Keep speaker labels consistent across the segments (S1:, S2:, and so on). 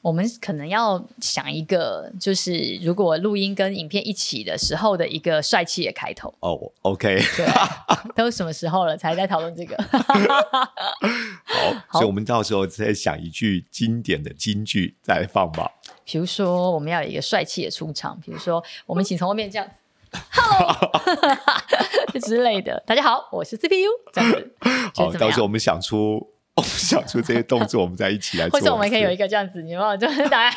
S1: 我们可能要想一个，就是如果录音跟影片一起的时候的一个帅气的开头。
S2: 哦，OK，
S1: 对，都什么时候了才在讨论这 个？
S2: 好，
S1: 好
S2: 所以我们到时候再想一句经典的金句再放吧。
S1: 比如说，我们要有一个帅气的出场，比如说，我们请从后面这样子，Hello 之类的。大家好，我是 CPU，这样子，觉
S2: 好
S1: 得，怎么
S2: 哦到时候
S1: 样？
S2: 我们想出， 我们想出这些动作，我们再一 起来做。
S1: 或者我们可以有一个这样子，你有没有？就是 大 家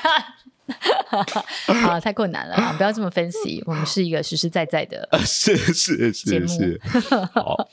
S1: 啊，太困难了啊，不要这么分析。我们是一个实实在在的，
S2: 是是
S1: 节
S2: 是
S1: 目
S2: 是，好。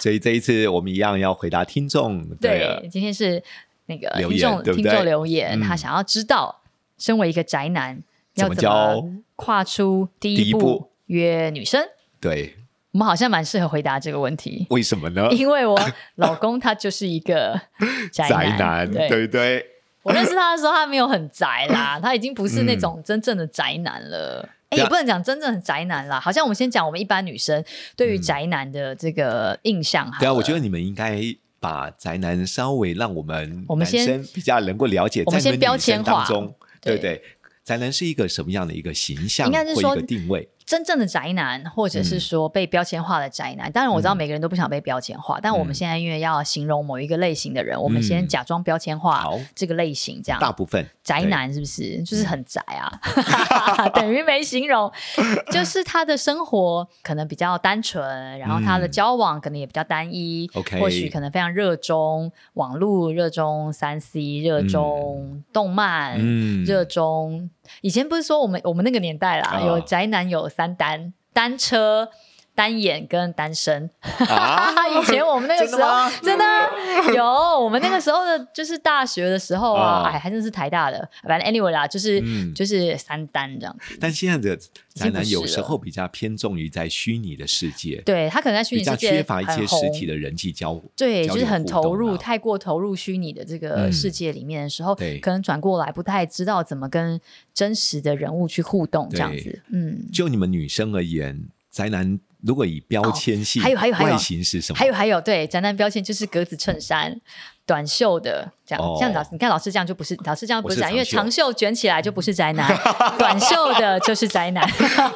S2: 所以这一次我们一样要回答听众的呃
S1: 对，今天是那个
S2: 啊留
S1: 听众
S2: 言对不对
S1: 听众留言，
S2: 嗯
S1: 他想要知道，身为一个宅男，
S2: 怎
S1: 要
S2: 么
S1: 怎
S2: 交
S1: 么跨出第
S2: 第一
S1: 一
S2: 步
S1: 步约女生？
S2: 对，
S1: 我们好像蛮适合回答这个问题。
S2: 为什么呢？
S1: 因为我老公他就是一个 宅男，
S2: 宅男，
S1: 对
S2: 对不对？
S1: 我认识他的时候，他没有很宅 啦，他已经不是那
S2: 嗯
S1: 种真正的宅男了。哎、
S2: 对啊
S1: 也不能讲真正的宅男啦，好像我们先讲我们一般女生对于宅男的这个印象好了。
S2: 嗯对啊，我觉得你们应该把宅男稍微让我们
S1: 我们
S2: 男生
S1: 先
S2: 比较能够了解，
S1: 我
S2: 在
S1: 们
S2: 你
S1: 先
S2: 们
S1: 标
S2: 女生
S1: 签
S2: 当
S1: 化
S2: 中，对不
S1: 对
S2: 对？宅男是一个什么样的一个形象，
S1: 应该是
S2: 或
S1: 说
S2: 一个定位？
S1: 真正的宅男，或者是说被标签化的宅男，当然我
S2: 嗯
S1: 知道每个人都不想被标签化，但我们现在因为要形容某一个类型的人，我们先假装标签化
S2: 嗯好
S1: 这个类型，这样
S2: 大部分
S1: 宅
S2: 对
S1: 男是不是？就是很宅啊， 等于没形 容，就是他的生活可能比较单纯，然后他的
S2: 嗯
S1: 交往可能也比较单一，
S2: OK
S1: 或许可能非常热衷网络，热衷三 C，热衷动漫，
S2: 嗯
S1: 热衷以前不是说我们我们那个年代啦，
S2: 啊
S1: 有宅男有三单单车。单眼跟单身，
S2: 啊，
S1: 以前我们那个时
S2: 真的吗
S1: 候真的啊有，我们那个时候的就是大学的时候啊，
S2: 啊
S1: 哎，还真是台大的，反正 anyway 啦，就是、
S2: 嗯
S1: 就是三单这样子。
S2: 但现在的宅男
S1: 已经
S2: 有
S1: 不是
S2: 时
S1: 了
S2: 候比较偏重于在虚拟的世界，
S1: 对他可能在虚
S2: 比
S1: 拟
S2: 较
S1: 世界
S2: 缺乏一些
S1: 很
S2: 实
S1: 红
S2: 体的人际交往。
S1: 对，
S2: 交
S1: 就
S2: 流
S1: 是很
S2: 互
S1: 投
S2: 动
S1: 入，
S2: 啊
S1: 太过投入虚拟的这个
S2: 嗯
S1: 世界里面的时候，
S2: 对
S1: 可能转过来不太知道怎么跟真实的人物去互动，这样
S2: 对
S1: 子。嗯，
S2: 就你们女生而言，宅男如果以标签
S1: 哦
S2: 性，
S1: 还有还有还有
S2: 外形是什么？
S1: 还有还有，对，宅男标签就是格子衬衫、短袖的这样。
S2: 哦
S1: 像老师，你看老师这样就不是，老师这样不是宅，
S2: 我是长袖
S1: 因为长袖卷起来就不是宅男，短袖的就是宅男，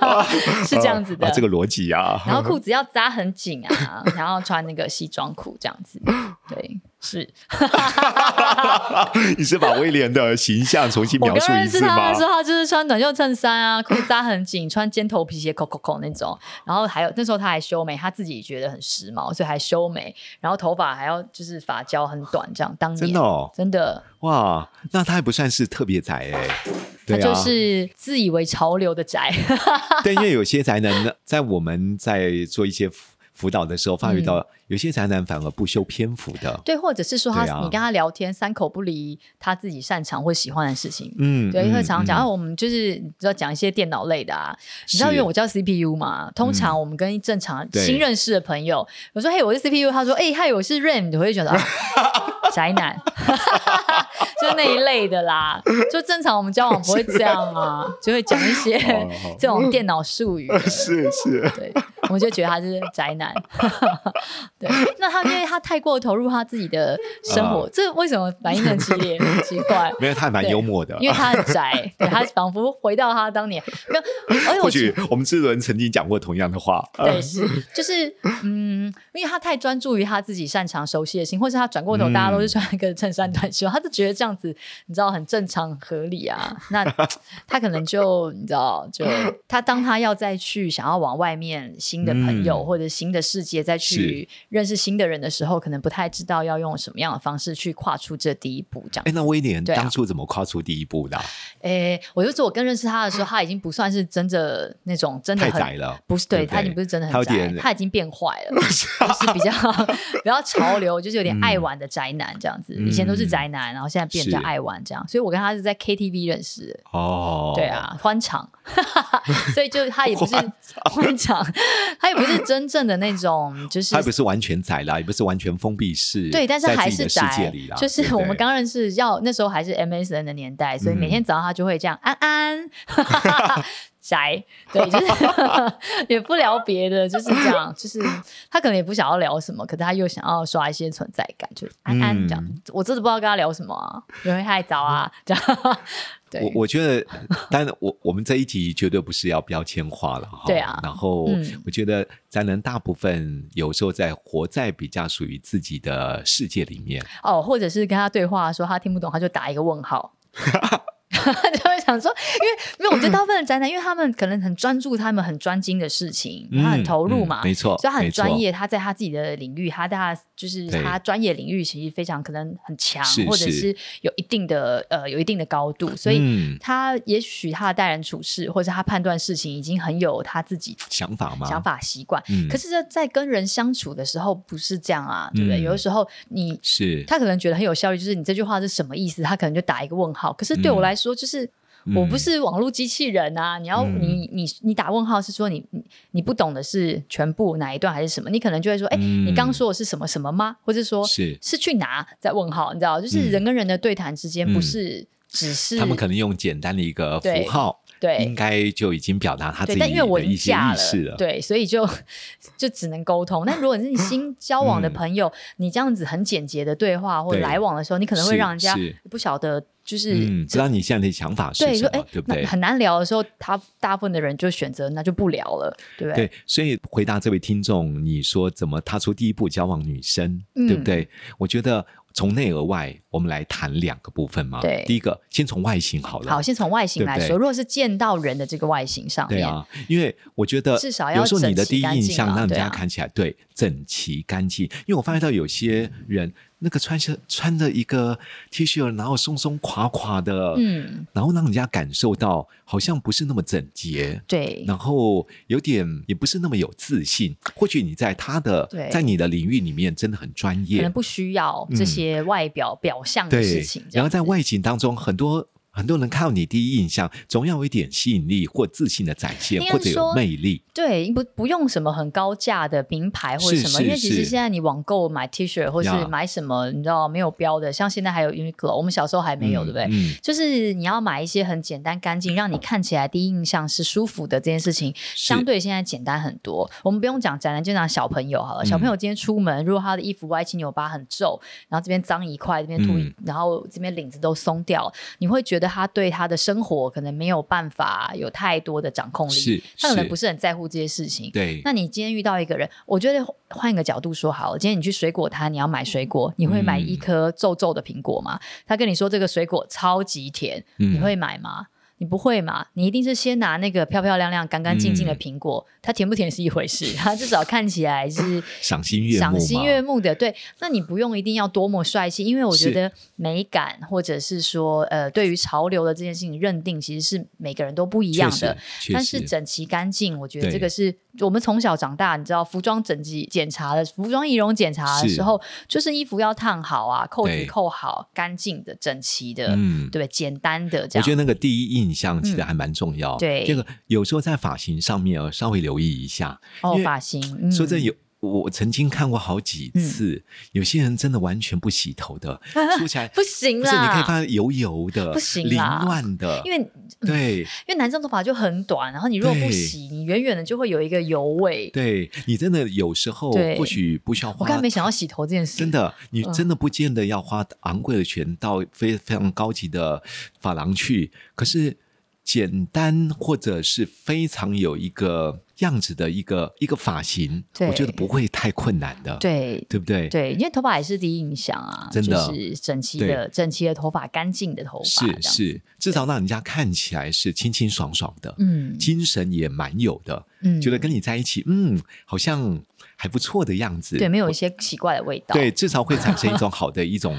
S1: 是这样子的。
S2: 啊这个逻辑啊，
S1: 然后裤子要扎很紧啊， 然后穿那个西装裤这样子，对，是。
S2: 你是把威廉的形象重新
S1: 我
S2: 描述
S1: 刚
S2: 一
S1: 认识
S2: 次
S1: 他
S2: 吗
S1: 的？时候，他就是穿短袖衬衫啊，裤扎很紧，穿尖头皮鞋，扣扣扣那种。然后还有那时候他还修眉，他自己觉得很时髦，所以还修眉。然后头发还要就是发胶很短，这样当年
S2: 真的哦，
S1: 真的
S2: 哇，那他还不算是特别宅哎、
S1: 他
S2: 对
S1: 就
S2: 啊，
S1: 是自以为潮流的宅。
S2: 对，因为有些宅男呢，在我们在做一些辅辅导的时候，发觉到有些宅男反而不修篇幅的，
S1: 嗯对，或者是说他、
S2: 对啊
S1: 你跟他聊天，三口不离他自己擅长或喜欢的事情。
S2: 嗯，
S1: 对，
S2: 嗯
S1: 会常常讲，
S2: 嗯
S1: 啊，我们就是你知道讲一些电脑类的啊，你知道，
S2: 是嗯
S1: 因为我叫 CPU 嘛，通常我们跟正常
S2: 对
S1: 新认识的朋友，我说嘿，我是 CPU，他说哎，嗨，我是 RAM，你会觉得啊宅男， 就那一类的啦。就正常我们交往不会这样啊，就会讲一些
S2: 哦 哦
S1: 这种电脑术语的。
S2: 是是，
S1: 对，我们就觉得他是宅男。 对，那他因为他太过投入他自己的生活，
S2: 啊
S1: 这为什么反应很激烈？很奇怪，
S2: 没有，他还蛮
S1: 对
S2: 幽默的。
S1: 因为他很宅，对他仿佛回到他当年没有，而且我
S2: 或许嗯我们之轮曾经讲过同样 的话，
S1: 对是就是嗯，因为他太专注于他自己擅长熟悉的心，或是他转过头，
S2: 嗯
S1: 大家都是穿一个衬衫短袖，他就觉得这样子你知道很正常很合理啊。那他可能就你知道，就他当他要再去想要往外面新的朋友、
S2: 嗯
S1: 或者新的世界再去认识新的人的时候，可能不太知道要用什么样的方式去跨出这第一步，这样
S2: 哎，那威廉
S1: 对啊
S2: 当初怎么跨出第一步的啊？
S1: 诶，我就说我刚认识他的时候，他已经不算是真的那种真的
S2: 太
S1: 很
S2: 宅了，
S1: 不是
S2: 对
S1: 对
S2: 不
S1: 他已
S2: 对
S1: 经不是真的
S2: 他
S1: 很
S2: 有
S1: 宅
S2: 点，
S1: 他已经变坏了，就是比较比较潮流，就是有点爱玩的宅男。男这样子，以前都是
S2: 嗯
S1: 宅男，然后现在变得比较
S2: 是
S1: 爱玩这样，所以我跟他是在 KTV 认识的。
S2: 哦，
S1: 对，啊，欢场， 所以就他也 不是欢场，他也不是真正的那种，就是
S2: 他也不是完全宅啦，也不是完全封闭式，
S1: 对，但是
S2: 在
S1: 还
S2: 自己
S1: 是
S2: 的
S1: 宅
S2: 世界里啦，
S1: 就
S2: 对
S1: 是
S2: 不
S1: 我们
S2: 对嗯
S1: 刚认识要那时候还是 MSN 的年代，所以每天早上他就会这样安安 宅，对，就是 也不聊别的，就是这样，就是他可能也不想要聊什么，可是他又想要刷一些存在感，就安安这样。
S2: 嗯
S1: 我真的不知道跟他聊什么啊，有人太早啊，这样。 对，
S2: 我我觉得，当然我我们这一集绝对不是要标签化了哈。
S1: 对啊
S2: 然后
S1: 嗯
S2: 我觉得宅男大部分有时候在活在比较属于自己的世界里面，
S1: 哦，或者是跟他对话说他听不懂，他就打一个问号。 就会想说，因为没有，我觉得大部分的宅男，因为他们可能很专注他们很专精的事情，他很
S2: 嗯
S1: 投入嘛，
S2: 嗯没错，
S1: 所以他很
S2: 没错
S1: 专，业，他在他自己的领域，他在他就是
S2: 对
S1: 他专业领域其实非常可能很强，
S2: 是
S1: 或者
S2: 是
S1: 是有一定的呃有一定的高度，所以
S2: 嗯，
S1: 他也许他的待人处事或者他判断事情已经很有他自己
S2: 想法吗？
S1: 想，法习惯。
S2: 啊嗯，
S1: 可是这在跟人相处的时候不是这样啊，对不对？
S2: 嗯
S1: 有的时候你
S2: 是
S1: 他可能觉得很有效率，就是你这句话是什么意思，他可能就打一个问号。可是对我
S2: 嗯
S1: 来说，就是、
S2: 嗯
S1: 我不是网络机器人啊，你要、
S2: 嗯
S1: 你你你打问号是说你你你不懂的是全部哪一段还是什么？你可能就会说，哎、
S2: 嗯
S1: 你刚说的是什么什么吗？或者说
S2: 是
S1: 是去哪？在问号，你知道，就是
S2: 嗯
S1: 人跟人的对谈之间
S2: 嗯
S1: 不是只是、
S2: 他们可能用简单的一个
S1: 对
S2: 符号，应
S1: 对。
S2: 该就已经表达他自
S1: 对，
S2: 己
S1: 但因为我
S2: 的
S1: 已经
S2: 一些
S1: 嫁
S2: 意
S1: 了
S2: 识，了，
S1: 对，所以就 就只能沟通。但如果你是你新交往的
S2: 嗯
S1: 朋友，你这样子很简洁的对话或
S2: 对
S1: 来往的时候，你可能会
S2: 是
S1: 让人家
S2: 是
S1: 不晓得，就是
S2: 嗯，不知道你现在的想法是
S1: 对，
S2: 什
S1: 说
S2: 么，
S1: 哎，
S2: 对不
S1: 那
S2: 对？
S1: 很难聊的时候，他大部分的人就选择那就不聊了，对不对？
S2: 对，所以回答这位听众，你说怎么踏出第一步交往女生，对不
S1: 嗯
S2: 对？我觉得从内而外，我们来谈两个部分嘛。
S1: 对
S2: 第一个先从外形好了。
S1: 好，先从外形
S2: 对不
S1: 来
S2: 对
S1: 说，如果是见到人的这个外形上
S2: 对
S1: 面，
S2: 啊，因为我觉得
S1: 至少
S2: 有
S1: 要
S2: 时候你
S1: 整
S2: 的
S1: 齐
S2: 第一
S1: 干
S2: 印
S1: 净
S2: 象
S1: 啊
S2: 让人
S1: 对
S2: 家
S1: 啊
S2: 看起来对整齐干净，因为我发现到有些人那个穿着穿着一个 T 恤，然后松松垮垮的，
S1: 嗯，
S2: 然后让人家感受到好像不是那么整洁，
S1: 对，
S2: 然后有点也不是那么有自信。或许你在他的
S1: 对
S2: 在你的领域里面真的很专
S1: 可能
S2: 业，
S1: 不需要这些外表表象的事
S2: 嗯对
S1: 情，，这样
S2: 然后在
S1: 子
S2: 外景当中很多。很多人看到你第一印象，总要有一点吸引力或自信的展现
S1: 应，该
S2: 或者有
S1: 说
S2: 魅力。
S1: 对，不不用什么很高价的名牌或者什
S2: 是
S1: 么，
S2: 是
S1: 因为其实
S2: 是
S1: 现在你网购买 T 恤或是
S2: 呀
S1: 买什么，你知道没有标的，像现在还有 Uniqlo，我们小时候还没有，对不对？
S2: 嗯，
S1: 就是你要买一些很简单干净，让你看起来第一印象是舒服的这件事情，相对现在简单很多。我们不用讲宅男，就讲小朋友好了。
S2: 嗯
S1: 小朋友今天出门，如果他的衣服歪七扭八很皱，然后这边脏一块，这边凸一，
S2: 嗯
S1: 然后这边领子都松掉，你会觉得他对他的生活可能没有办法有太多的掌控力
S2: 是，
S1: 他可能
S2: 是
S1: 不是很在乎这些事情。
S2: 对，
S1: 那你今天遇到一个人，我觉得换一个角度说好了，今天你去水果摊，你要买水果，你会买一
S2: 嗯
S1: 颗皱皱的苹果吗？他跟你说这个水果超级甜，你
S2: 你
S1: 会买吗？你不会嘛？你一定是先拿那个漂漂亮亮、干干净净的
S2: 嗯
S1: 苹果，它甜不甜是一回事， 它至少看起来是
S2: 赏心悦目嘛
S1: 赏心悦目的。对，那你不用一定要多么帅气，因为我觉
S2: 是
S1: 得美感或者是说呃，对于潮流的这件事情认定，其实是每个人都不一
S2: 一
S1: 样的。，
S2: 确
S1: 但是
S2: 实
S1: 整齐干净，我觉得
S2: 对
S1: 这个是我们从小长大，你知道服装整齐检查的服装仪容检查的
S2: 是
S1: 时候，就是衣服要烫好啊，扣子
S2: 对
S1: 扣好，干净的、整齐的，
S2: 嗯。
S1: 对，简单的这
S2: 我
S1: 样。
S2: 觉得那个第一印象其实
S1: 嗯
S2: 还蛮重要。
S1: 对
S2: 这个有时候在发型上面呃稍微留意一下。
S1: 哦
S2: 因，为
S1: 发型，嗯、
S2: 说真的有，我曾经看过好几次，有些人真的完全不洗 头的，梳起来
S1: 不行
S2: 不是，你可以
S1: 啦，
S2: 发现油油的，
S1: 不行
S2: 凌
S1: 啦
S2: 乱的，
S1: 因为因
S2: 对
S1: 为男生头发就很短，然后你如果不
S2: 对
S1: 洗，你远远的就会有一个油味。
S2: 对，你真的有时候
S1: 对
S2: 或许不需要
S1: 我
S2: 花
S1: 刚才没想到洗头这件事，嗯
S2: 真的，你真的不见得要花昂贵的钱到非非常高级的发廊去，可是简单或者是非常有一个样子的一个一个发型，
S1: 对
S2: 我觉得不会太困难的，
S1: 对。
S2: 对不对？
S1: 对，因为头发也是第一印象啊，
S2: 真的
S1: 就是整齐的、整齐的头发，干净的头发，这样
S2: 是
S1: 子，
S2: 是，至少让人家看起来是清清爽爽的，
S1: 嗯
S2: 精神也蛮有的，
S1: 嗯，
S2: 觉得跟你在一起，嗯，好像还不错的样子，
S1: 对，没有一些奇怪的味道，
S2: 对，至少会产生一种好的 一种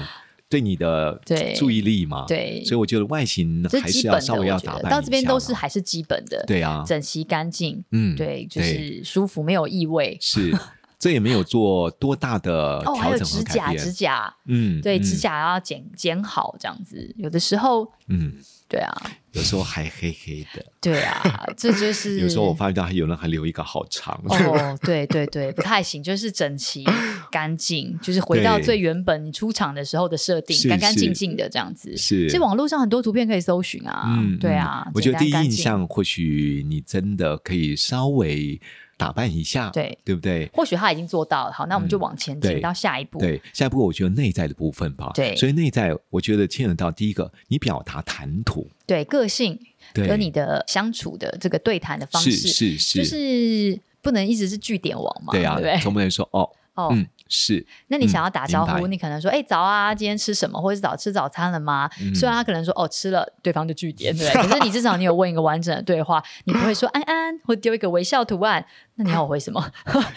S2: 对你的
S1: 对
S2: 注意力嘛。
S1: 对
S2: 所以我觉得外形
S1: 这
S2: 还
S1: 是基
S2: 是
S1: 本
S2: 要
S1: 的，
S2: 稍微
S1: 我
S2: 要
S1: 觉
S2: 打
S1: 得
S2: 扮
S1: 到
S2: 一
S1: 这边
S2: 下
S1: 都
S2: 啦
S1: 是还是基本的，
S2: 对啊，
S1: 整齐干净，
S2: 嗯，
S1: 对，就
S2: 对
S1: 是舒服，没有异味，
S2: 是。这也没有做多大的
S1: 哦，还
S2: 调
S1: 有
S2: 整和
S1: 指
S2: 改
S1: 甲，
S2: 变。
S1: 指甲，
S2: 嗯，
S1: 对，
S2: 嗯
S1: 指，甲要剪剪好这样子。有的时候，
S2: 嗯，
S1: 对啊，
S2: 有时候还黑黑的，
S1: 对啊，这就是
S2: 有时候我发现还有人还留一个好长。
S1: 哦，对对对，不太行，就是整齐干净，就是回到
S2: 对
S1: 最原本你出厂的时候的设定，
S2: 是
S1: 干干净
S2: 是
S1: 净的这样子。
S2: 是
S1: 所以网络上很多图片可以搜寻啊，对啊，
S2: 嗯我觉
S1: 简
S2: 得
S1: 单
S2: 第一
S1: 干
S2: 印
S1: 净。
S2: 象或许你真的可以稍微打扮一下，
S1: 对
S2: 对不对？
S1: 或许他已经做到了，好，那我们就往前
S2: 嗯对
S1: 进到下一步。
S2: 对，下一步我觉得内在的部分吧，
S1: 对
S2: 所以内在我觉得牵扯到第一个，你表达谈吐，
S1: 对个性
S2: 对，
S1: 跟你的相处的这个对谈的方
S2: 是
S1: 式，
S2: 是是，
S1: 就是不能一直是据点王嘛，
S2: 对啊
S1: 不，对？
S2: 从不能说哦，
S1: 哦，
S2: 嗯， 是
S1: 那你想
S2: 嗯
S1: 要打招
S2: 明
S1: 呼，
S2: 白
S1: 你可能说：“哎、早啊，今天吃什么？”或者是“早吃早餐了吗？”
S2: 嗯
S1: 虽然他可能说：“哦，吃了。”对方就据点，对不 对。可是你至少你有问一个完整的对话，你不会说“安安”或丢一个微笑图案。那你要我回什么？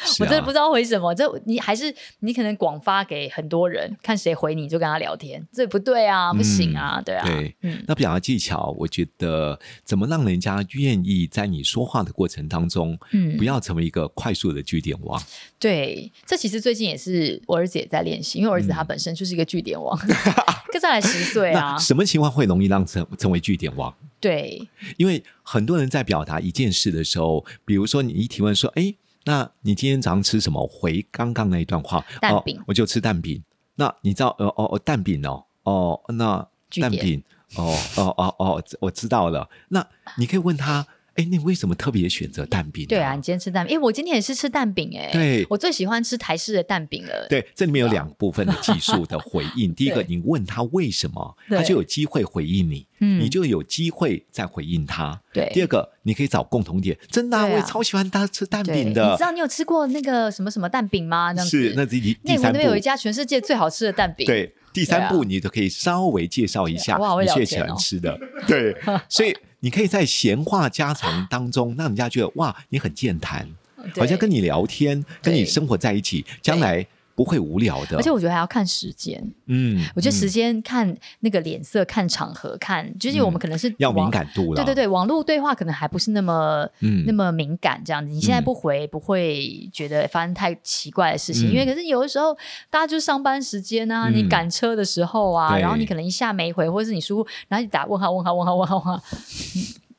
S2: 是
S1: 我真
S2: 啊
S1: 的不知道回什么。这你还是你可能广发给很多人，看谁回你就跟他聊天，这不对啊，不行啊，对啊，
S2: 对
S1: 嗯，
S2: 那表达技巧，我觉得怎么让人家愿意在你说话的过程当中，
S1: 嗯
S2: 不要成为一个快速的据点王，
S1: 对，这其实最近也是我儿子也在练习，因为我儿子他本身就是一个据点王， 跟上来十岁啊
S2: 嗯 那，什么情况会容易让成成为据点王？
S1: 对，
S2: 因为很多人在表达一件事的时候，比如说你一提问说：“哎，那你今天早上吃什么？”回刚刚那一段话，
S1: 蛋
S2: 哦
S1: 饼
S2: 我就吃蛋饼。那你知道，呃，哦哦，蛋饼哦，哦，那
S1: 据
S2: 蛋
S1: 点
S2: 饼，哦哦哦哦，我知道了。那你可以问他，哎，你为什么特别选择蛋饼、
S1: 对啊，你今天吃蛋饼？哎、我今天也是吃蛋饼哎、
S2: 对
S1: 我最喜欢吃台式的蛋饼了。
S2: 对，这里面有两部分的技术的回 应。第一个，
S1: 对
S2: 你问他为什么，
S1: 对
S2: 他就有机会回应你，
S1: 嗯
S2: 你就有机会再回应他。
S1: 对
S2: 第二个，你可以找共同点，真的啊、
S1: 对啊
S2: 我也超喜欢他吃蛋
S1: 对
S2: 饼
S1: 你
S2: 的
S1: 知，道你有吃过那个什么什么蛋饼吗？这样子
S2: 是那是第第
S1: 内湖那
S2: 三
S1: 边有一
S2: 步，
S1: 家全世界最好吃的蛋饼。
S2: 对。第
S1: 对
S2: 三
S1: 啊
S2: 步，你就可以稍微介绍一下
S1: 哇好会
S2: 你
S1: 聊
S2: 最喜
S1: 天
S2: 欢
S1: 哦
S2: 吃的， 对，所以你可以在闲话家常当中，让人家觉得哇，你很健谈，
S1: 对，
S2: 好像跟
S1: 你。
S2: 你聊天，跟你
S1: 对
S2: 生活在一起，将来不会无聊的。
S1: 而且我觉得还要看时间，
S2: 嗯，
S1: 我觉得
S2: 嗯
S1: 时间看那个脸色、看场合、看，就是我们可能是
S2: 嗯要
S1: 网
S2: 敏。感度了，
S1: 对对对，网络对话可能还不是那么、
S2: 嗯
S1: 那么敏感，这样子。你现在不回，不会觉得发生太奇怪的事情，
S2: 嗯
S1: 因为可是有的时候大家就是上班时间啊，
S2: 嗯
S1: 你赶车的时候啊，
S2: 对
S1: 然后你可能一下没回，或者是你疏忽，然后你打问号问号问号问号问号，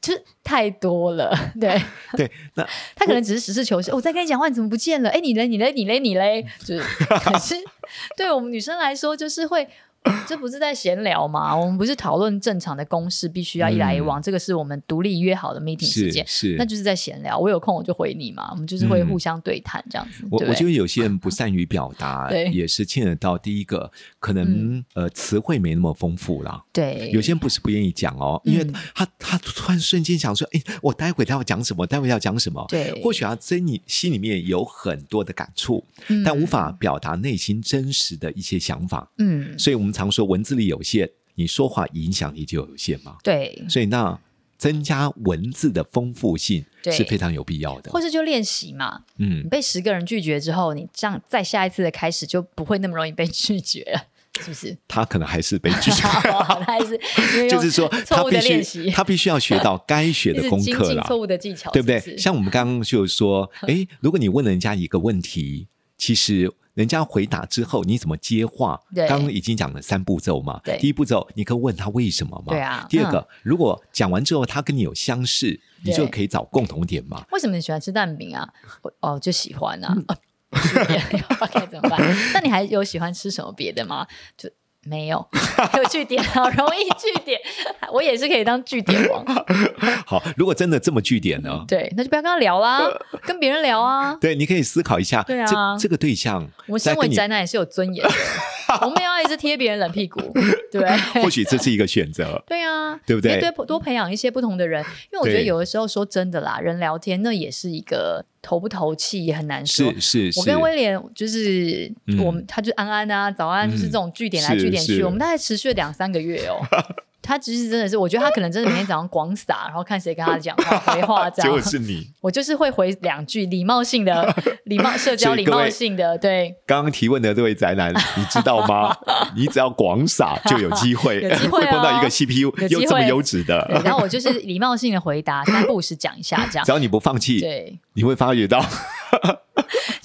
S1: 就是太多了。对
S2: 对，那
S1: 他可能只是实事求是，哦我在跟你讲话，你怎么不见了？哎，你嘞，你嘞，你嘞，你嘞，就是可是对我们女生来说，就是会。这不是在闲聊吗？我们不是讨论正常的公式，必须要一来一往，这个是我们独立约好的 meeting 时
S2: 是
S1: 间，
S2: 是，
S1: 那就是在闲聊。我有空我就回你嘛，我们就是会
S2: 嗯
S1: 互相对谈这样子，
S2: 我
S1: 对
S2: 我
S1: 不
S2: 觉
S1: 对？
S2: 得有些人不善于表 达，
S1: 对嗯
S2: 也是牵扯到第一个，可能、呃词汇没那么丰富啦。
S1: 对，
S2: 有些人不是不愿意讲哦，因为
S1: 嗯
S2: 他他突然瞬间想说，哎，我待会他要讲什么，待会要讲什么。
S1: 对
S2: 或许他真你心里面有很多的感触，
S1: 嗯
S2: 但无法表达内心真实的一些想法。
S1: 嗯，
S2: 所以我们常说文字力有限，你说话影响力就有限嘛。
S1: 对，
S2: 所以那增加文字的丰富性
S1: 对
S2: 是非常有必要的
S1: 或。是就练习嘛。
S2: 嗯
S1: 你，被十个人拒绝之后，你这样再下一次的开始就不会那么容易被 拒绝了，是不是？
S2: 他可能还是被拒绝。
S1: 好，那还是因为用
S2: 就是说，他
S1: 哦错误
S2: 必
S1: 的练
S2: 须
S1: 习，
S2: 他必须要学到该学
S1: 一
S2: 的
S1: 直
S2: 功
S1: 精
S2: 课
S1: 进
S2: 啦，
S1: 错误的技巧，
S2: 对不对？
S1: 是
S2: 像我们刚刚 就说，诶，如果你问人家一个问题，其实人家回答之后，你怎么接话？
S1: 对
S2: 刚刚已经讲了三步骤嘛
S1: 对。
S2: 第一步骤，你可以问他为什么嘛。
S1: 对啊
S2: 第二个，如果讲完之后他跟你有相似，你就
S1: 对
S2: 可以找共同点嘛。
S1: 为什么你喜欢吃蛋饼啊？我 哦，就喜欢
S2: 嗯
S1: 啊。啊是别的该怎么办？那你还有喜欢吃什么别的吗？就没有， 有据点，好容易据点， 我也是可以当据点王。
S2: 好，如果真的这么据点呢？
S1: 对，那就不要跟他聊 啦，跟别人聊啊。
S2: 对，你可以思考一下，
S1: 对啊
S2: 这这个对象
S1: 我们
S2: 在
S1: 身为
S2: 跟你，
S1: 宅男也是有尊严的， 我们也要一直贴别人冷屁股，对不对？。
S2: 或许这是一个选择
S1: 对啊，
S2: 对不对嗯
S1: 你可以多多培养一些不同的人，因为我觉得
S2: 对
S1: 有的时候说真的啦，人聊天那也是一个投不投气也很难说。
S2: 是是是，
S1: 我跟威廉就是
S2: 嗯
S1: 我们，他就安安啊，早安，就是这种据点来
S2: 是
S1: 据点去，
S2: 是
S1: 我们大概持续了两三个月 哦。他其实真的是，我觉得他可能真的每天早上广撒，然后看谁跟他讲 话回话这
S2: 结果
S1: 样。
S2: 是你。
S1: 我就是会回两句礼貌性 的礼貌社交
S2: 所
S1: 礼
S2: 以各位
S1: 貌性的，对，
S2: 刚刚提问的这位宅 男，你知道吗？你只要广撒就有机会，
S1: 有机会哦
S2: 碰到一个 CPU
S1: 有机
S2: 又
S1: 会
S2: 这么优质
S1: 对
S2: 的。
S1: 然后我就是礼貌性的回答，三不五时讲一下这样
S2: 只。要你不放弃，
S1: 对，
S2: 你会发觉到
S1: 所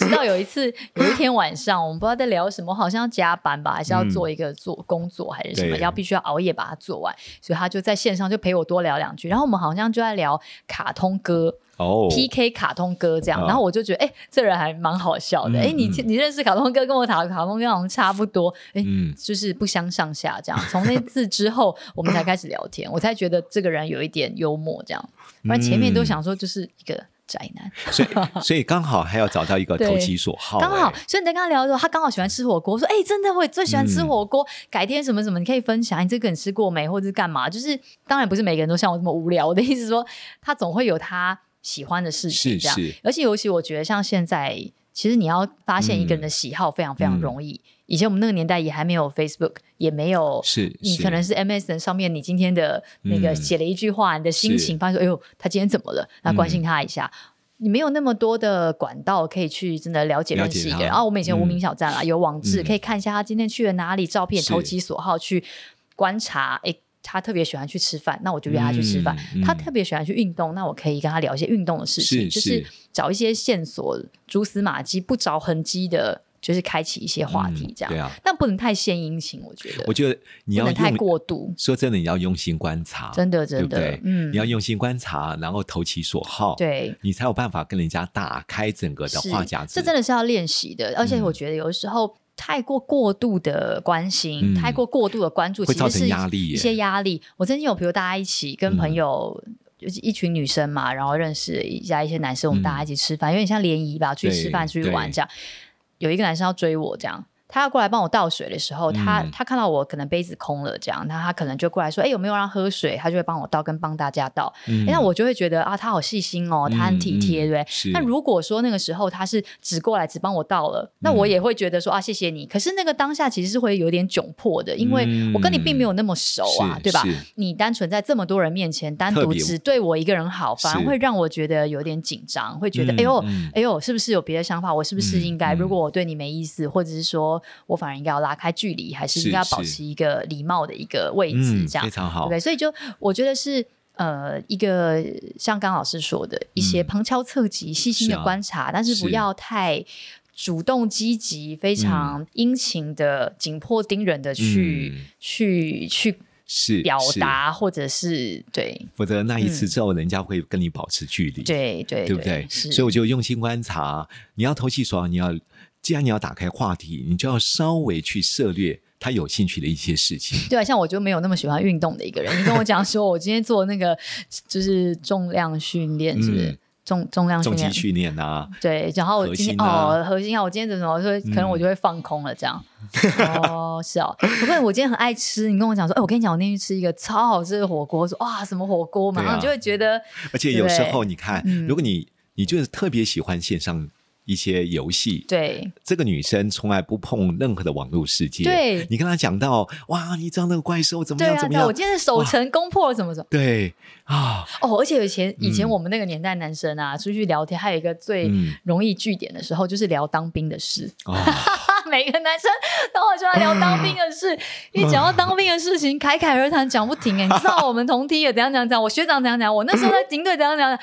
S1: 直到有一次，有一天晚上，我们不知道在聊什么，好像要加班吧，还是要
S3: 嗯
S1: 做一个做工作还是什么，
S2: 嗯对
S1: 要必须要熬夜把它做完，所以他就在线上就陪我多聊两句，然后我们好像就在聊卡通歌。
S2: 哦
S1: PK 卡通歌这样，
S2: 啊
S1: 然后我就觉得，哎、这人还蛮好笑的。
S3: 嗯
S1: 哎、你
S2: 嗯
S1: 你认识卡通歌，跟我卡卡通歌好像差不多，哎、
S2: 嗯
S1: 就是不相上下这样。从那次之后，我们才开始聊 天，我才觉得这个人有一点幽默这样，
S2: 嗯
S1: 不然前面都想说就是一个宅男。
S2: 所以所以刚好还要找到一个投其所好、
S1: 刚好
S2: 哎，
S1: 所以你在跟他聊的时候，他刚好喜欢吃火锅，我说：“哎、真的，我也最喜欢吃火锅。
S2: 嗯
S1: 改天什么什么，你可以分享，你这个你吃过没，或者是干嘛？就是当然不是每个人都像我这么无聊。我的意思是说，他总会有他喜欢的事情，
S2: 是
S1: 这样。
S2: 是
S1: 而且尤其我觉得，像现在，其实你要发现一个人
S2: 嗯
S1: 的喜好非常非常容易。以前我们那个年代也还没有 Facebook，也没有
S2: 是
S1: 你
S2: 是
S1: 可能是 MSN 上面你今天的那个
S2: 嗯
S1: 写了一句话，你的心
S2: 是嗯
S1: 情，发现说：“哎呦，他今天怎么了？”那关心他一下。你没有那么多的管道可以去真的了解
S2: 了
S1: 认
S2: 解
S1: 识一个
S2: 他
S1: 人。然后哦我们以前无名
S2: 嗯
S1: 小站啊，有网志
S2: 嗯
S1: 可以看一下他今天去了哪里，照片
S2: 是
S1: 投其所好去观察。诶，他特别喜欢去吃饭，那我就约他去吃饭。
S2: 嗯嗯
S1: 他特别喜欢去运动，那我可以跟他聊一些运动的事情，
S2: 是
S1: 就是
S2: 是
S1: 找一些线索、蛛丝马迹，不着痕迹的，就是开启一些话题
S2: 嗯
S1: 这样。
S2: 对啊
S1: 但不能太献殷勤，我觉得。
S2: 我觉得你
S1: 不
S2: 要
S1: 能太
S2: 用
S1: 过度。
S2: 说真的，你要用心观察，
S1: 真的，
S2: 对
S1: 真
S2: 不
S1: 的，
S2: 对？
S1: 嗯，
S2: 你要用心观察，然后投其所好，，
S1: 对。
S2: 你才有办法跟人家打开整个的
S1: 是
S2: 话匣子。
S1: 这真的是要练习的。而且
S2: 嗯
S1: 我觉得有的时候太过过度的关心，
S2: 嗯
S1: 太过过度的关注，其
S2: 会
S1: 实
S2: 造
S1: 是
S2: 成压力耶嗯
S1: 一些压力。我曾经有，比如大家一起跟朋友。就是一群女生嘛，然后认识一下一些男生，我们
S2: 嗯
S1: 大家一起吃饭，有点像联谊吧，出去吃饭、出
S2: 对
S1: 去玩
S2: 对
S1: 这样。有一个男生要追我，这样，他要过来帮我倒水的时候，他
S2: 嗯
S1: 他看到我可能杯子空了，这样，那他可能就过来说：“哎、有没有让喝水？”他就会帮我倒，跟帮大家倒。
S2: 嗯，
S1: 那我就会觉得啊，他好细心哦，他很体贴，
S2: 嗯嗯
S1: 对不
S2: 是
S1: 对？但如果说那个时候他是只过来只帮我倒了，那
S2: 嗯
S1: 我也会觉得说啊，谢谢你。可是那个当下其实是会有点窘迫的，因为我跟你并没有那么熟啊，
S2: 嗯是
S1: 对吧
S2: 是？
S1: 你单纯在这么多人面前单
S2: 特
S1: 独
S2: 别
S1: 只对我一个人好，反而
S2: 是
S1: 会让我觉得有点紧张，会觉得
S2: 嗯
S1: 哎呦
S2: 嗯
S1: 哎呦，是不是有别的想法？我是不是
S2: 嗯
S1: 应该？
S2: 嗯
S1: 如果我对你没意思，或者是说我反而应该要拉开距离，还是
S2: 是
S1: 应该要保
S2: 是
S1: 持一个礼貌的一个位置
S2: 嗯，
S1: 这样
S2: 非？常好
S1: 对不，对？所以就我觉得是呃，一个像刚老师说的一些
S2: 嗯
S1: 旁敲侧击、细心
S2: 是
S1: 的
S2: 啊
S1: 观察，但是不
S2: 是嗯
S1: 要太。主动积极、非常殷勤的、紧迫盯人的去、
S2: 嗯
S1: 去去
S2: 是
S1: 表
S2: 是
S1: 达，或者是对
S2: 否则那一次
S1: 嗯
S2: 之后，人家会跟你保持距离，
S1: 对对，
S2: 对不对？
S1: 是，
S2: 所以我就用心观察，你要投其所好，你要既然你要打开话题，你就要稍微去涉猎他有兴趣的一些事情。
S1: 对啊，像我就没有那么喜欢运动的一个人。你跟我讲说，我今天做那个 就是重量训练，是不是？
S2: 嗯
S1: 重重量训
S2: 重
S1: 练
S2: 击，训练啊，
S1: 对，然后我今天、
S2: 核心啊
S1: 哦，核心啊，我今天怎么说，可能
S2: 嗯
S1: 我就会放空了这样。哦，是哦，不过我今天很爱吃，你跟我讲说，哎，我跟你讲，我那天去吃一个超好吃的火锅，说哇，什么火锅嘛，
S2: 对啊
S1: 然后你就会觉得
S2: 而且
S1: 对
S2: 有
S1: 不
S2: 时
S1: 对
S2: 候你看，
S1: 嗯
S2: 如果你你就是特别喜欢线上一些游戏，
S1: 对
S2: 这个女生从来不碰任何的网络世界，
S1: 对
S2: 你跟她讲到哇，你知道那个怪兽怎么
S1: 对
S2: 样
S1: 啊，
S2: 怎么
S1: 对啊，
S2: 样
S1: 我，今天的手
S2: 哇
S1: 成攻破了什么什么。
S2: 对啊，
S1: 哦，而且以前以前
S2: 嗯
S1: 我们那个年代男生啊，出去聊天还有一个最
S2: 嗯
S1: 容易据点的时候，就是聊当兵的事。
S2: 哦，
S1: 每个男生都好喜欢聊当兵的事，一讲到当兵的事情，侃侃而谈，讲不停哎、你知道我们同梯的怎样怎样怎样，我学长怎样怎样，我那时候在营队怎样怎样，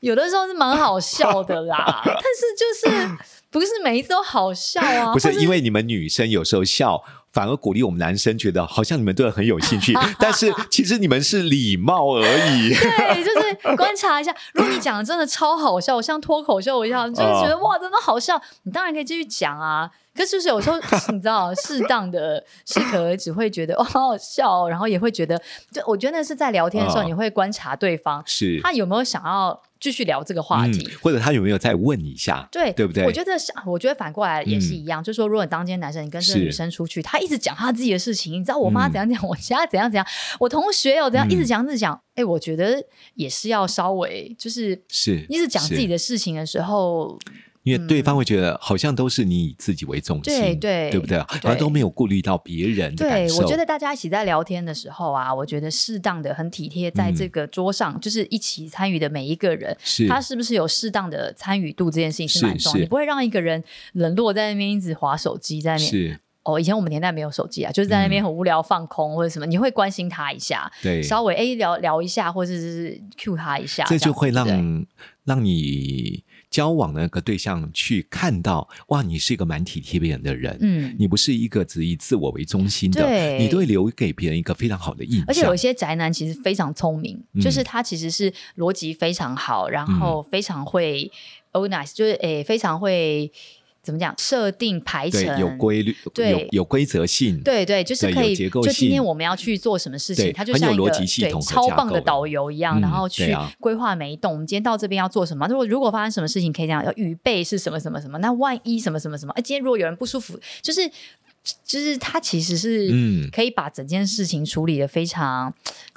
S1: 有的时候是蛮好笑的啦，但是就是不是每一次都好笑啊？
S2: 不
S1: 或
S2: 是因为你们女生有时候笑。反而鼓励我们男生觉得好像你们对很有 兴趣，但是其实你们是礼貌而已。
S1: 对，啊就是观察一下。如果你讲的真的超好笑，像脱口秀一样，你就是觉得、哇，真的好笑，你当然可以继续讲啊。可是就是有时候 你知道，适当的适可而止，会觉得哦好好笑哦，然后也会觉得，就我觉得那是在聊天的时候，
S2: 啊
S1: 你会观察对方
S2: 是
S1: 他有没有想要继续聊这个话题。
S2: 嗯，或者他有没有再问一下？
S1: 对
S2: 对不对
S1: 我觉得像，我觉得反过来也是一样，就是说，如果你当今天男生，你跟这个
S2: 是
S1: 女生出去，他一直讲他自己的事情，你知道我妈
S2: 嗯
S1: 怎样怎样，我家怎样怎样，我同学哦有怎样，
S2: 嗯
S1: 一直讲一直讲，哎，我觉得也是要稍微就是
S2: 是
S1: 一直讲自己
S2: 的，
S1: 的事情的时候，
S2: 因为对方会觉得好像都是你以自己为中心，
S1: 对对
S2: 对不对？好像都没有顾虑到别人的
S1: 对
S2: 感受。
S1: 我觉得大家一起在聊天的时候啊，我觉得适当的很体贴，在这个桌上、就是一起参与的每一个人，
S2: 嗯是
S1: 他是不是有适当的参与度这件事情是
S2: 是
S1: 蛮重要，
S2: 是
S1: 你不会让一个人冷落在那边一直划手机在那边。
S2: 是
S1: 哦，以前我们年代没有手机啊，就是在那边很无聊放空或者什么，你会关心他一下，
S2: 嗯对，
S1: 稍微哎聊聊一下，或者是 cue 他一下，
S2: 这就
S1: 样子
S2: 会
S1: 对
S2: 让让你交往的那个对象去看到，哇，你是一个蛮体贴别人的人，
S1: 嗯。
S2: 你不是一个只以自我为中心的，
S1: 对
S2: 你都会留给别人一个非常好的印象。
S1: 而且有一些宅男其实非常聪明，
S2: 嗯
S1: 就是他其实是逻辑非常好，然后非常会 organize，就是诶、非常会怎么讲设定排程
S2: 对，有规律，
S1: 对
S2: 有有规则性，
S1: 对对，就是
S2: 对
S1: 可
S2: 有
S1: 以。
S2: 结构
S1: 就今天
S2: 性
S1: 我们要去做什么事情，
S2: 对
S1: 它就
S2: 很有
S1: 像一个
S2: 逻辑系
S1: 对
S2: 统和
S1: 超
S2: 架
S1: 棒
S2: 构
S1: 的
S2: 的
S1: 导游一样，
S2: 嗯
S1: 然后
S2: 对
S1: 去
S2: 啊
S1: 规划每一栋。我们今天到这边要做什么？如果如果发生什么事情，可以这样要预备是什么什么什么？那万一什么什么什么？哎，今天如果有人不舒服，就是就是他其实
S2: 嗯
S1: 是可以把整件事情处理的非常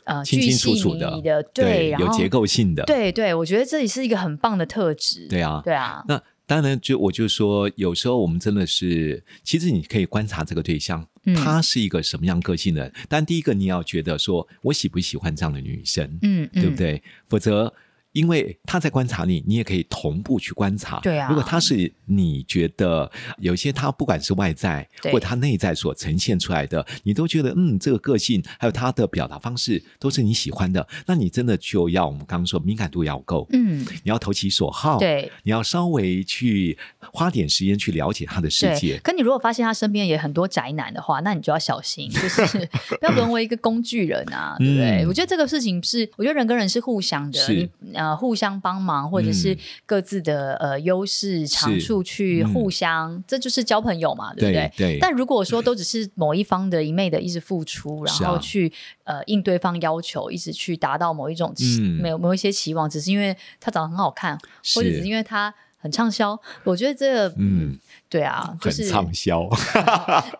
S1: 呃
S2: 清
S1: 巨
S2: 清楚
S1: 细
S2: 楚
S1: 靡
S2: 的
S1: 遗的，
S2: 对，
S1: 然
S2: 有
S1: 后
S2: 结构性的，
S1: 对对，我觉得这里是一个很棒的特质。
S2: 对啊，
S1: 对啊，
S2: 那当然就，我就说，有时候我们真的是，其实你可以观察这个对象，
S1: 嗯
S2: 他是一个什么样个性的人。但第一个，你要觉得说，我喜不喜欢这样的女生，
S1: 嗯，
S2: 对
S1: 嗯？
S2: 不对？否则，因为他在观察你，你也可以同步去观察。
S1: 对啊
S2: 如果他是你觉得有一些他不管是外在
S1: 对
S2: 或他内在所呈现出来的，你都觉得嗯，这个个性还有他的表达方式都是你喜欢的，那你真的就要我们刚刚说敏感度要够，
S1: 嗯，
S2: 你要投其所好，。
S1: 对。
S2: 你要稍微去花点时间去了解他的世
S1: 对，
S2: 界。
S1: 可你如果发现他身边也很多宅男的话，那你就要小心，就是 不要沦为一个工具人啊，对不对？
S2: 嗯
S1: 我觉得这个事情是，我觉得人跟人是互相的，
S2: 是
S1: 你呃互相帮忙，或者是
S2: 嗯
S1: 各自的呃优势长处去
S2: 嗯
S1: 互相，这就是交朋友嘛，对不对？
S2: 对
S1: 但如果说都只是某一方的一昧的一直付出，然
S2: 是啊
S1: 后去、呃应对方要求，一直去达到某一种期
S2: 嗯
S1: 某、某一些期望，只是因为他长得很好看，或者只是
S2: 是
S1: 因为他很畅销，我觉得这个
S2: 嗯，
S1: 对啊，就
S2: 很
S1: 是
S2: 畅销。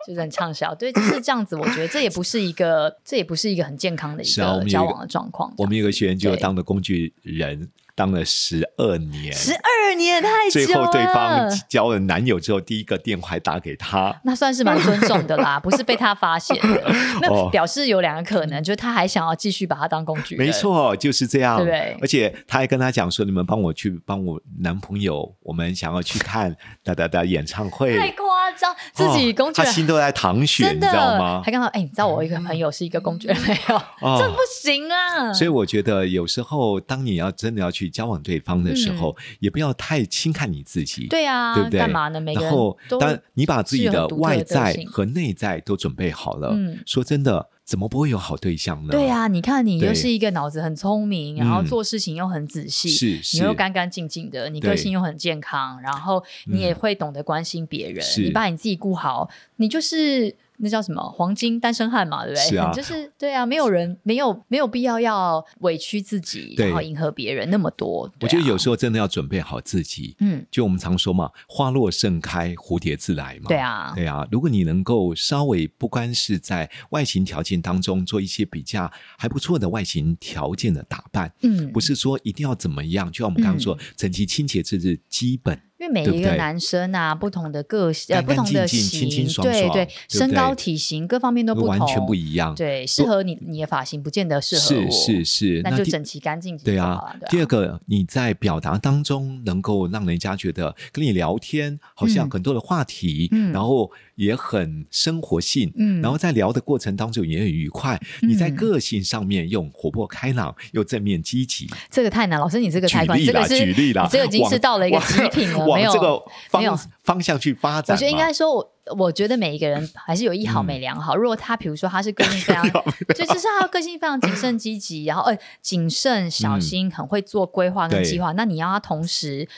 S1: 就是很畅销，对，就是这样子。我觉得这也不是一 个，这也不是一个很健康的一
S2: 是啊我
S1: 个
S2: 们有一个
S1: 交往的状况。
S2: 我们有个学员就
S1: 对
S2: 当了工具人，当了十二年，
S1: 十二年太久
S2: 最
S1: 了，
S2: 后对方交了男友之后，第一个电话还打给他。
S1: 那算是蛮尊重的 啦，不是被他发现的。
S2: 哦
S1: 那表示有两个可能，就是他还想要继续把他当工具人。
S2: 没，错，就是这样。
S1: 对不对
S2: 而且他还跟他讲说：“你们帮我去帮我男朋友，我们想要去看 哒哒哒演唱会。
S1: 太夸张，自己
S2: 哦
S1: 工具
S2: 他
S1: 人。
S2: 心都在淌血，
S1: 真
S2: 你
S1: 的
S2: 知道吗？嗯
S1: 还刚好，哎、你知道我一个朋友是一个工具人没有？
S2: 哦
S1: 这不行啊！
S2: 所以我觉得有时候，当你要真的要去交往对方的时候，也不要太轻看你自己，
S1: 嗯对啊，
S2: 对不对？
S1: 干嘛呢？每个
S2: 然
S1: 人
S2: 后
S1: 都，
S2: 当你把自己
S1: 是有
S2: 的
S1: 很独特
S2: 外
S1: 的个
S2: 在
S1: 性
S2: 和内在都准备好了，
S1: 嗯
S2: 说真的，怎么不会有好对象呢？
S1: 对、啊，你看你
S2: 对
S1: 又是一个脑子很聪明，然后
S2: 嗯
S1: 做事情又很仔细，
S2: 是是
S1: 你又干干净净的，你
S2: 对嗯
S1: 个性又很健康，然后你也会懂得关心别人，
S2: 是
S1: 你把你自己顾好，你就是。那叫什么黄金单身汉嘛，对不对？
S2: 是啊
S1: 你就是对啊，没有人没有没有必要要委屈自己，
S2: 对
S1: 然后迎合别人那么多。
S2: 我觉得有时
S1: 候，
S2: 候真的要准备好自己。
S1: 啊嗯，
S2: 就我们常说嘛，花落盛开，蝴蝶自来嘛。
S1: 对啊，
S2: 对啊，如果你能够稍微不光是在外形条件当中做一些比较还不错的外形条件的打扮，
S1: 嗯，
S2: 不是说一定要怎么样，就像我们刚刚说，整齐清洁这是基本。
S1: 因为每
S2: 对不
S1: 一个
S2: 对
S1: 男生啊，不同的个性，呃，
S2: 干
S1: 不
S2: 干
S1: 同的
S2: 净净
S1: 型，
S2: 清清爽
S1: 对
S2: 爽
S1: 对
S2: 对不，对
S1: 身高、体型各方面都不同，
S2: 完全不一样。
S1: 对，适合你你的发型，不见得适合
S2: 是
S1: 我。
S2: 是是，
S1: 那就
S2: 第
S1: 整齐干净
S2: 对
S1: 就好
S2: 啊
S1: 了。对啊
S2: 第二个，你在表达当中能够让人家觉得跟你聊天，好像
S1: 嗯
S2: 很多的话题，
S1: 嗯
S2: 然后也很生活性。
S1: 嗯
S2: 然后在聊的过程当中也很愉快，你在
S1: 嗯
S2: 个性上面又活泼开朗，又正面积极。
S1: 这个太难，老师你这个
S2: 举
S1: 太宽，
S2: 例
S1: 这
S2: 啦，
S1: 个是
S2: 举例啦
S1: 你，这个已经是
S2: 往
S1: 到了一个
S2: 往
S1: 极品了，
S2: 往
S1: 呃没有
S2: 这个
S1: 没有
S2: 方方向去发
S1: 我
S2: 展嗯嘛。
S1: 觉得应该说我。我觉得每一个人还是有一好没两好。如果他比如说他是个 性非常，就就是他个性非常谨慎积极，然后呃谨慎小心，很会做规划跟
S2: 嗯对
S1: 计划，那你要他同时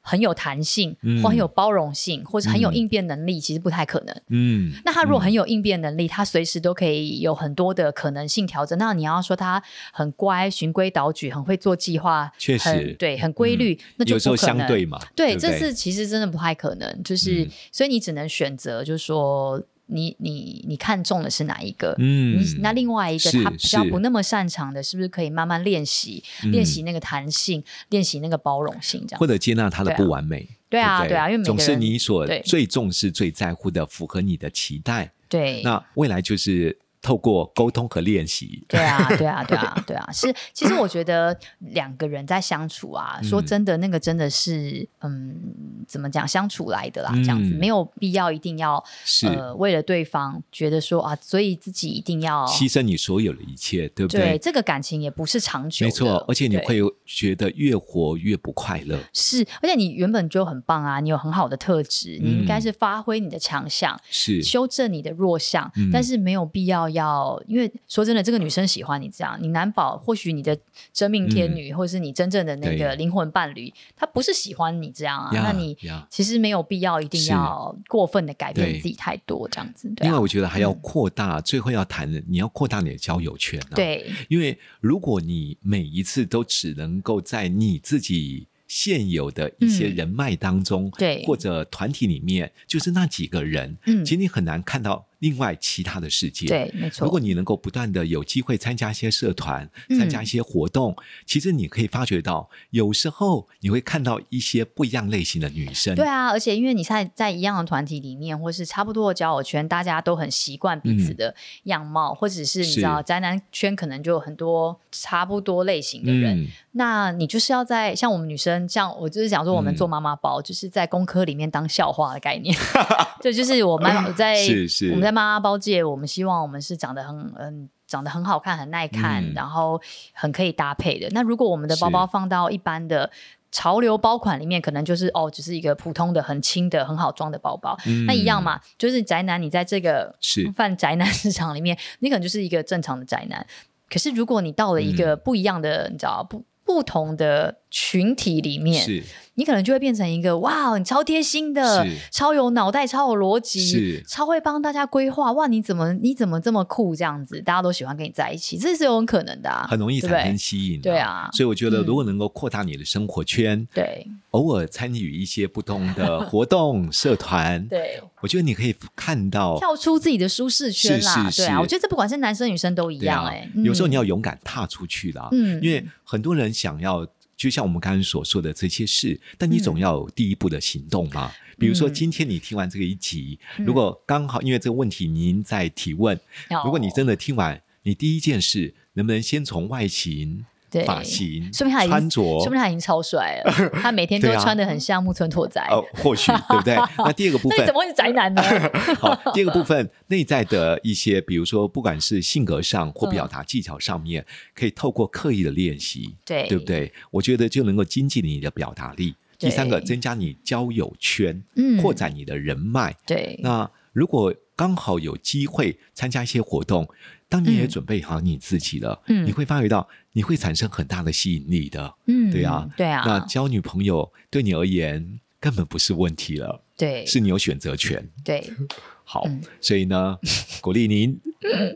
S1: 很有弹性，
S2: 嗯
S1: 或很有包容性，或者很有
S2: 嗯
S1: 应变能力，其实不太可能。
S2: 嗯，
S1: 那他如果很有应变能力，他随时都可以有很多的可能性调整。那你要说他很乖、循规蹈矩、很会做计划，
S2: 确实嗯
S1: 很对，很规律，那就
S2: 有时候
S1: 不可能
S2: 相对嘛，
S1: 对，
S2: 不
S1: 这是其实真的不太可能。就是、
S2: 嗯
S1: 所以你只能选择，就是说你你你看中的是哪一个？
S2: 嗯
S1: 你那另外一个
S2: 是
S1: 他比较
S2: 是
S1: 不那么擅长的，是不是可以慢慢练习，练习那个弹性，练习那个包容性，这样
S2: 嗯或者接纳他的
S1: 对啊
S2: 不完美。
S1: 对
S2: 不
S1: 啊
S2: 对
S1: 对啊，因为每
S2: 总
S1: 个
S2: 是
S1: 人
S2: 你所
S1: 对
S2: 最重视、最在乎的，符合你的期待。
S1: 对
S2: 那未来就是透过沟通和练习，
S1: 对啊， 对啊，对啊，对啊，是。其实我觉得两个人在相处啊，说
S2: 嗯
S1: 真的，那个真的是，嗯，怎么讲，相处来的啦，这样子
S2: 嗯
S1: 没有必要一定要
S2: 是、
S1: 呃为了对方觉得说啊，所以自己一定要
S2: 牺牲你所有的一切，对不
S1: 对这个感情也不是长久的，
S2: 没错，而且你
S1: 对
S2: 会觉得越活越不快乐。
S1: 是，而且你原本就很棒啊，你有很好的特质，你应该
S2: 嗯
S1: 是发挥你的强项，
S2: 是，
S1: 修正你的弱项，
S2: 嗯
S1: 但是没有必要要，因为说真的，这个女生喜欢你这样，你难保或许你的真命天女，或者是你真正的那个
S2: 嗯对
S1: 灵魂伴侣，她不是喜欢你这样啊，
S2: 呀
S1: 那你
S2: 呀
S1: 其实没有必要一定
S2: 是
S1: 要过分的改变
S2: 对
S1: 自己太多这样子，对
S2: 另外
S1: 啊，
S2: 我觉得还要扩大，最后要谈的，你要扩大你的交友圈、啊。，
S1: 对，
S2: 因为如果你每一次都只能够在你自己。现有的一些
S1: 嗯
S2: 人脉当中，
S1: 对
S2: 或者团体里面，就是那几个人，
S1: 嗯
S2: 其实你很难看到另外其他的世界。，
S1: 对，没错，
S2: 如果你能够不断的有机会参加一些社团，
S1: 嗯
S2: 参加一些活动，其实你可以发觉到，有时候你会看到一些不一样类型的女生。
S1: 对啊，而且因为你在在一样的团体里面，或是差不多的交友圈，大家都很习惯彼此
S2: 嗯
S1: 的样貌，或者是你知
S2: 是
S1: 道宅男圈可能就有很多差不多类型的人，
S2: 嗯，
S1: 那你就是要在像我们女生，像我就是想说，我们
S2: 嗯
S1: 做妈妈包，就是在工科里面当校花的概念。 对，就是我妈 我在
S2: 是是
S1: 我们在妈妈包界，我们希望我们是长得很嗯。长得很好看，很耐看，
S2: 嗯
S1: 然后很可以搭配的。那如果我们的包包
S2: 是
S1: 放到一般的潮流包款里面，可能就是哦，只是一个普通的、很轻的、很好装的包包。
S2: 嗯
S1: 那一样嘛，就是宅男，你在这个
S2: 是
S1: 泛宅男市场里面，你可能就是一个正常的宅男。可是如果你到了一
S2: 嗯
S1: 个不一样的，你知道不不同的群体里面，
S2: 是
S1: 你可能就会变成一个哇，你超贴心的
S2: 是，
S1: 超有脑袋，超有逻辑
S2: 是，
S1: 超会帮大家规划。哇，你怎么你怎么这么酷这样子？大家都喜欢跟你在一起，这是有很可能的、啊，
S2: 很容易
S1: 对不对
S2: 产生吸引、
S1: 对啊
S2: 所以我觉得，
S1: 嗯
S2: 如果能够扩大你的生活圈，
S1: 对
S2: 偶尔参与一些不同的 活动、社团，
S1: 对，
S2: 我觉得你可以看到。
S1: 跳出自己的舒适圈啦，
S2: 是是
S1: 对啊，
S2: 是
S1: 我觉得这不管是男生女生都一
S2: 对
S1: 样
S2: 啊
S1: 哎、欸
S2: 有时候你
S1: 要
S2: 要勇敢踏出去啦，
S1: 嗯
S2: 因为很多人想要，就像我们刚刚所说的这些事，但你总要有第一步的行动嘛。比如说，
S1: 嗯
S2: 今天你听完这个一集，
S1: 嗯哦
S2: 如果刚好因为这个问题您在提问，如果你真的听完，你第一件事能不能先从外形
S1: 对、
S2: 发型、
S1: 说明他已经
S2: 穿着，
S1: 说不定他已经超帅 了，他每天都
S2: 对啊
S1: 穿的很像木村拓哉。
S2: 呃，或许对不对？那第二个部
S1: 那你
S2: 分
S1: 怎，么会是宅男 呢？
S2: 好，第二个部分内在的一些，比如说不管是性格上
S1: 嗯
S2: 或表达技巧上面，可以透过刻意的练习，
S1: 对
S2: 对不对？我觉得就能够精进你的表达力。
S1: 对
S2: 第三个，增加你交友圈，
S1: 嗯
S2: 扩展你的人脉。
S1: 对，
S2: 那如果刚好有机会参加一些活动，当你也
S1: 嗯
S2: 准备好你自己了，
S1: 嗯
S2: 你会发觉到你会产生很大的吸引力的。
S1: 嗯，
S2: 对啊，
S1: 对啊，
S2: 那交女朋友对你而言根本不是问题了，
S1: 对，
S2: 是你有选择权。
S1: 对，
S2: 好，
S1: 嗯
S2: 所以 呢，鼓励您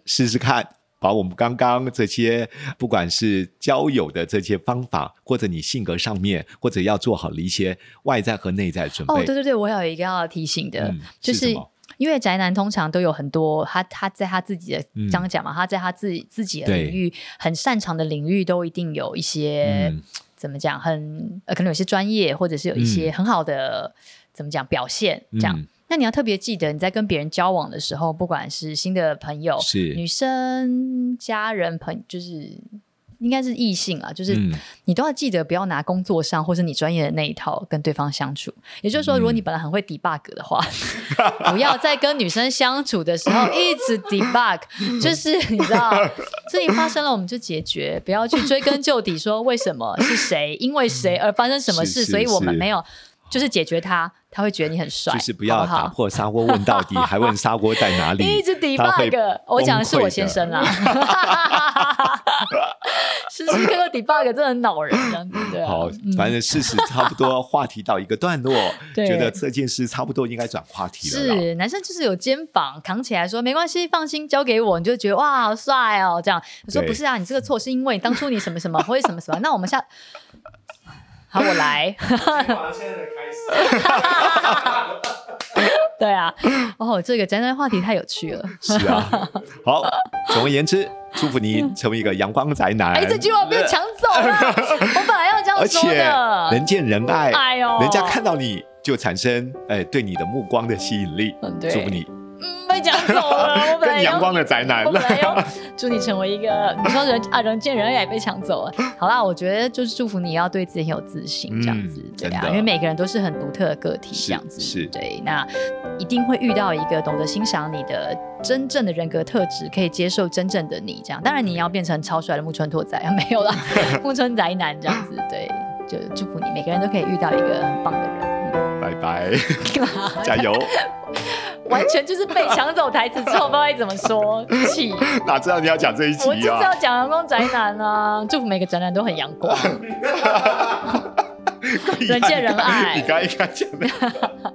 S2: 试试看，把我们刚刚这些，不管是交友的这些方法，或者你性格上面，或者要做好的一些外在和内在准备。
S1: 哦，对对对，我有一个要提醒的，
S2: 嗯
S1: 就是
S2: 什
S1: 是
S2: 么
S1: 因为宅男通常都有很多他他在他自己的
S2: 嗯
S1: 这样讲嘛，他在他自己自己的
S2: 对
S1: 领域很擅长的领域都一定有一些、
S2: 嗯
S1: 怎么讲，很呃可能有些专业或者是有一些
S2: 嗯
S1: 很好的、怎么讲表现这样。
S2: 嗯
S1: 那你要特别记得，你在跟别人交往的时候，不管是新的朋友、
S2: 是
S1: 女生、家人、朋，就是应该是异性啊，就是
S2: 嗯
S1: 你都要记得不要拿工作上或是你专业的那一套跟对方相处。也就是说，如
S2: 嗯
S1: 果你本来很会 debug 的话，不要在跟女生相处的时候一直 debug，就是你知道，事情发生了我们就解决，不要去追根究底说为什么是谁，因为谁而发生什么
S2: 是
S1: 事，
S2: 是
S1: 所以我们
S2: 是
S1: 没有就是解决它，他会觉得你很帅，
S2: 就是不
S1: 好
S2: 要打
S1: 好
S2: 破砂锅问 到底，还问砂锅在哪里？
S1: 一直
S2: 他会
S1: debug，我讲的是我先生啦。 时时刻刻 debug 真的很恼人，这样子对啊。
S2: 好
S1: 嗯，
S2: 反正事实差不多，话题到一个段落，
S1: 对
S2: 觉得这件事差不多应该转话题了啦。
S1: 是男生就是有肩膀扛起来说没关系，放心交给我，你就觉得哇好帅哦这样。我说
S2: 对
S1: 不是啊，你这个错是因为当初你什么什么或者什么什么，那我们下。好，我来。 对啊，哦，这个宅男话题太有趣了。
S2: 是啊，好，总而言之，祝福您成为一个阳光宅男。
S1: 嗯哎，这句话被抢走了，我本来要这样
S2: 而
S1: 说
S2: 且
S1: 的。
S2: 人见人爱，
S1: 哎呦
S2: 人家看到你就产生哎对你的目光的吸引力
S1: 嗯。对
S2: 祝福你
S1: 嗯被讲走了，我本来
S3: 更
S1: 要
S3: 阳光的宅男
S1: 我。本来 要祝你成为一个，你说人啊人见人爱被抢走了。好啦，我觉得就是祝福你要对自己很有自信，这样子，
S2: 嗯
S1: 对
S2: 真
S1: 啊，
S2: 的
S1: 因为每个人都是很独特的个体，
S2: 是
S1: 这样子
S2: 是
S1: 对。那一定会遇到一个懂得欣赏你的真正的人格特质，可以接受真正的你，这样。当然你要变成超帅的木村拓哉，啊没 有啦，木村宅男这样子，对，就祝福你，每个人都可以遇到一个很棒的人。
S3: 拜拜，
S1: 嗯
S3: 加油！
S1: 完全就是被抢走台词之后，不知道该怎么说，气。
S3: 哪知道你要讲这一
S1: 我就是
S3: 集啊
S1: 要？讲阳光宅男啊，祝福每个宅男都很阳光。人见人爱
S3: 啊你刚一开讲的，
S1: 啊